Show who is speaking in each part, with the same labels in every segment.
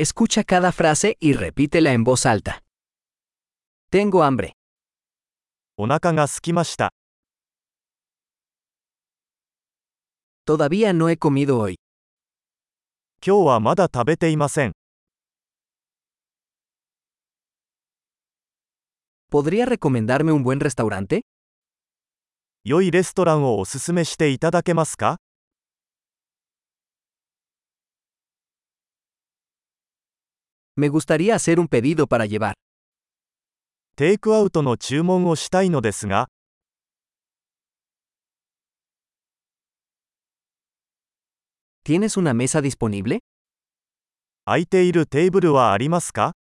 Speaker 1: Escucha cada frase y repítela en voz alta. Tengo hambre.
Speaker 2: お腹が空きました。
Speaker 1: Todavía no he comido hoy.
Speaker 2: 今日はまだ食べていません。
Speaker 1: ¿Podría recomendarme un buen restaurante?
Speaker 2: 良いレストランをおすすめしていただけますか
Speaker 1: Me gustaría hacer un pedido para llevar.
Speaker 2: テイクアウトの注文をしたいのですが、
Speaker 1: ¿Tienes una mesa disponible?
Speaker 2: 空いているテーブルはありますか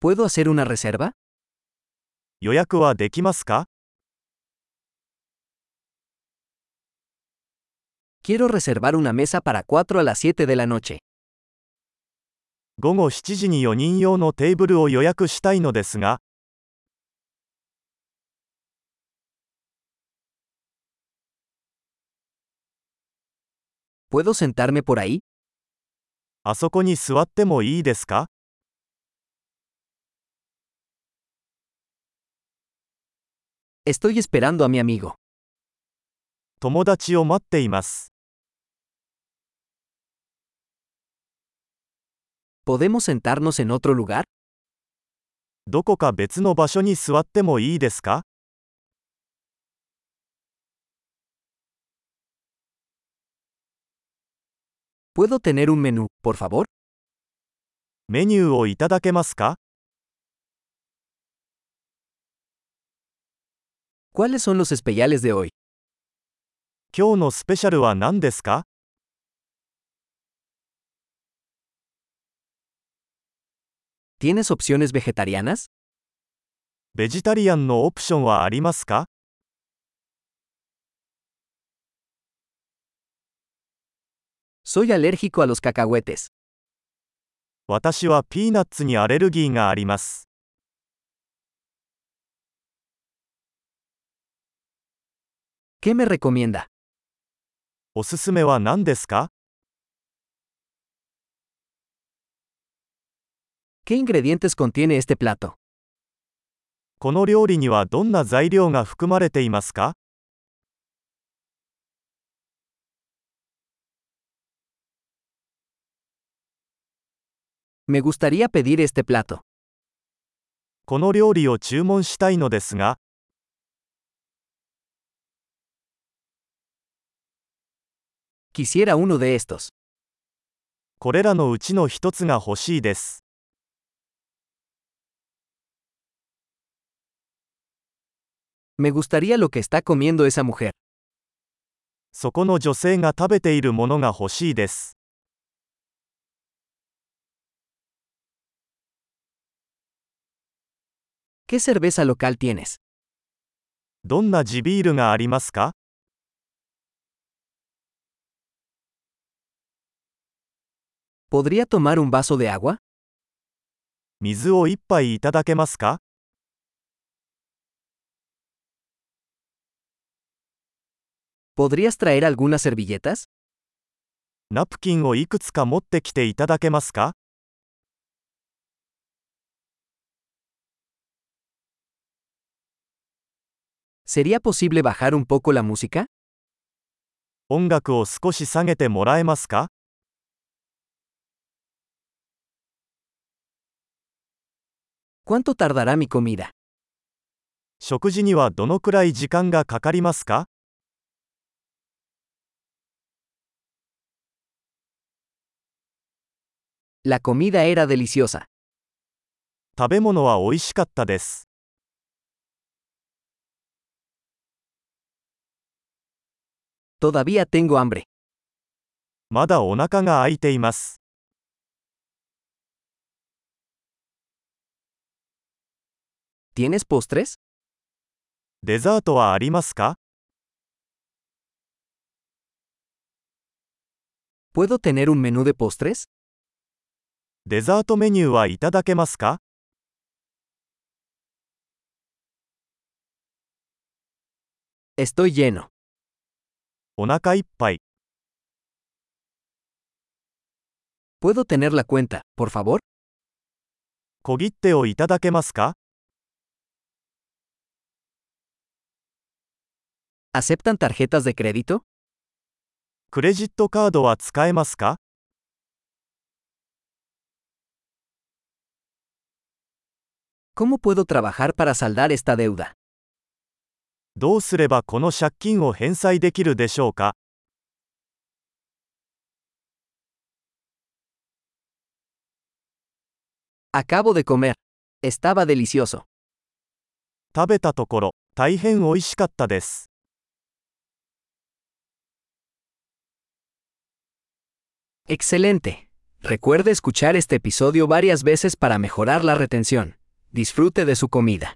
Speaker 1: ¿Puedo hacer una reserva?
Speaker 2: 予約はできますか
Speaker 1: Quiero reservar una mesa para 4 a las 7 de la noche.
Speaker 2: 午後7時に4人用のテーブルを予約したいのですが、
Speaker 1: ¿Puedo sentarme por ahí?
Speaker 2: あそこに座ってもいいですか
Speaker 1: Estoy esperando a mi amigo.
Speaker 2: 友達を待っています。
Speaker 1: ¿Podemos sentarnos en otro lugar?
Speaker 2: どこか別の場所に座ってもいいですか
Speaker 1: ¿Puedo tener un menú, por favor?
Speaker 2: メニューをいただけますか
Speaker 1: ¿Cuáles son los especiales de hoy?
Speaker 2: 今日のスペシャルは何ですか
Speaker 1: ¿Tienes opciones vegetarianas?
Speaker 2: ベジタリアンのオプションはありますか
Speaker 1: Soy alérgico a los cacahuetes.
Speaker 2: 私はピーナッツにアレルギーがあります。
Speaker 1: ¿Qué me recomienda?
Speaker 2: おすすめは何ですか
Speaker 1: ¿Qué ingredientes contiene este plato?
Speaker 2: この料理にはどんな材料が含まれていますか
Speaker 1: Me gustaría pedir este plato.
Speaker 2: この料理を注文したいのですが、
Speaker 1: Quisiera uno de estos.
Speaker 2: これらのうちの一つが欲しいです。
Speaker 1: Me gustaría lo que está comiendo esa mujer.
Speaker 2: そこの女性が食べているものが欲しいです。
Speaker 1: ¿Qué cerveza local tienes?
Speaker 2: どんな地ビールがありますか
Speaker 1: ¿Podría tomar un vaso de agua?
Speaker 2: 水を一杯いただけますか
Speaker 1: ¿Podrías traer algunas servilletas?
Speaker 2: ナプキンをいくつか持ってきていただけますか
Speaker 1: ¿Sería posible bajar un poco la música?
Speaker 2: 音楽を少し下げてもらえますか
Speaker 1: ¿Cuánto tardará mi comida?
Speaker 2: 食事にはどのくらい時間がかかりますか
Speaker 1: La comida era deliciosa.
Speaker 2: 食べ物は美味しかったです。
Speaker 1: Todavía tengo hambre.
Speaker 2: まだお腹が空いています。
Speaker 1: ¿Tienes postres?
Speaker 2: デザートはありますか
Speaker 1: ¿Puedo tener un menú de postres?
Speaker 2: デザートメニューはいただけますか
Speaker 1: Estoy lleno.
Speaker 2: お腹いっぱい。
Speaker 1: ¿Puedo tener la cuenta, por favor?
Speaker 2: 小切手をいただけますか
Speaker 1: ¿Aceptan tarjetas de crédito?
Speaker 2: クレジットカードは使えますか
Speaker 1: ¿Cómo puedo trabajar para saldar esta deuda?
Speaker 2: どうすればこの借金を返済できるでしょうか
Speaker 1: Acabo de comer. Estaba delicioso.
Speaker 2: 食べたところ大変美味しかったです
Speaker 1: Excelente. Recuerde escuchar este episodio varias veces para mejorar la retención. Disfrute de su comida.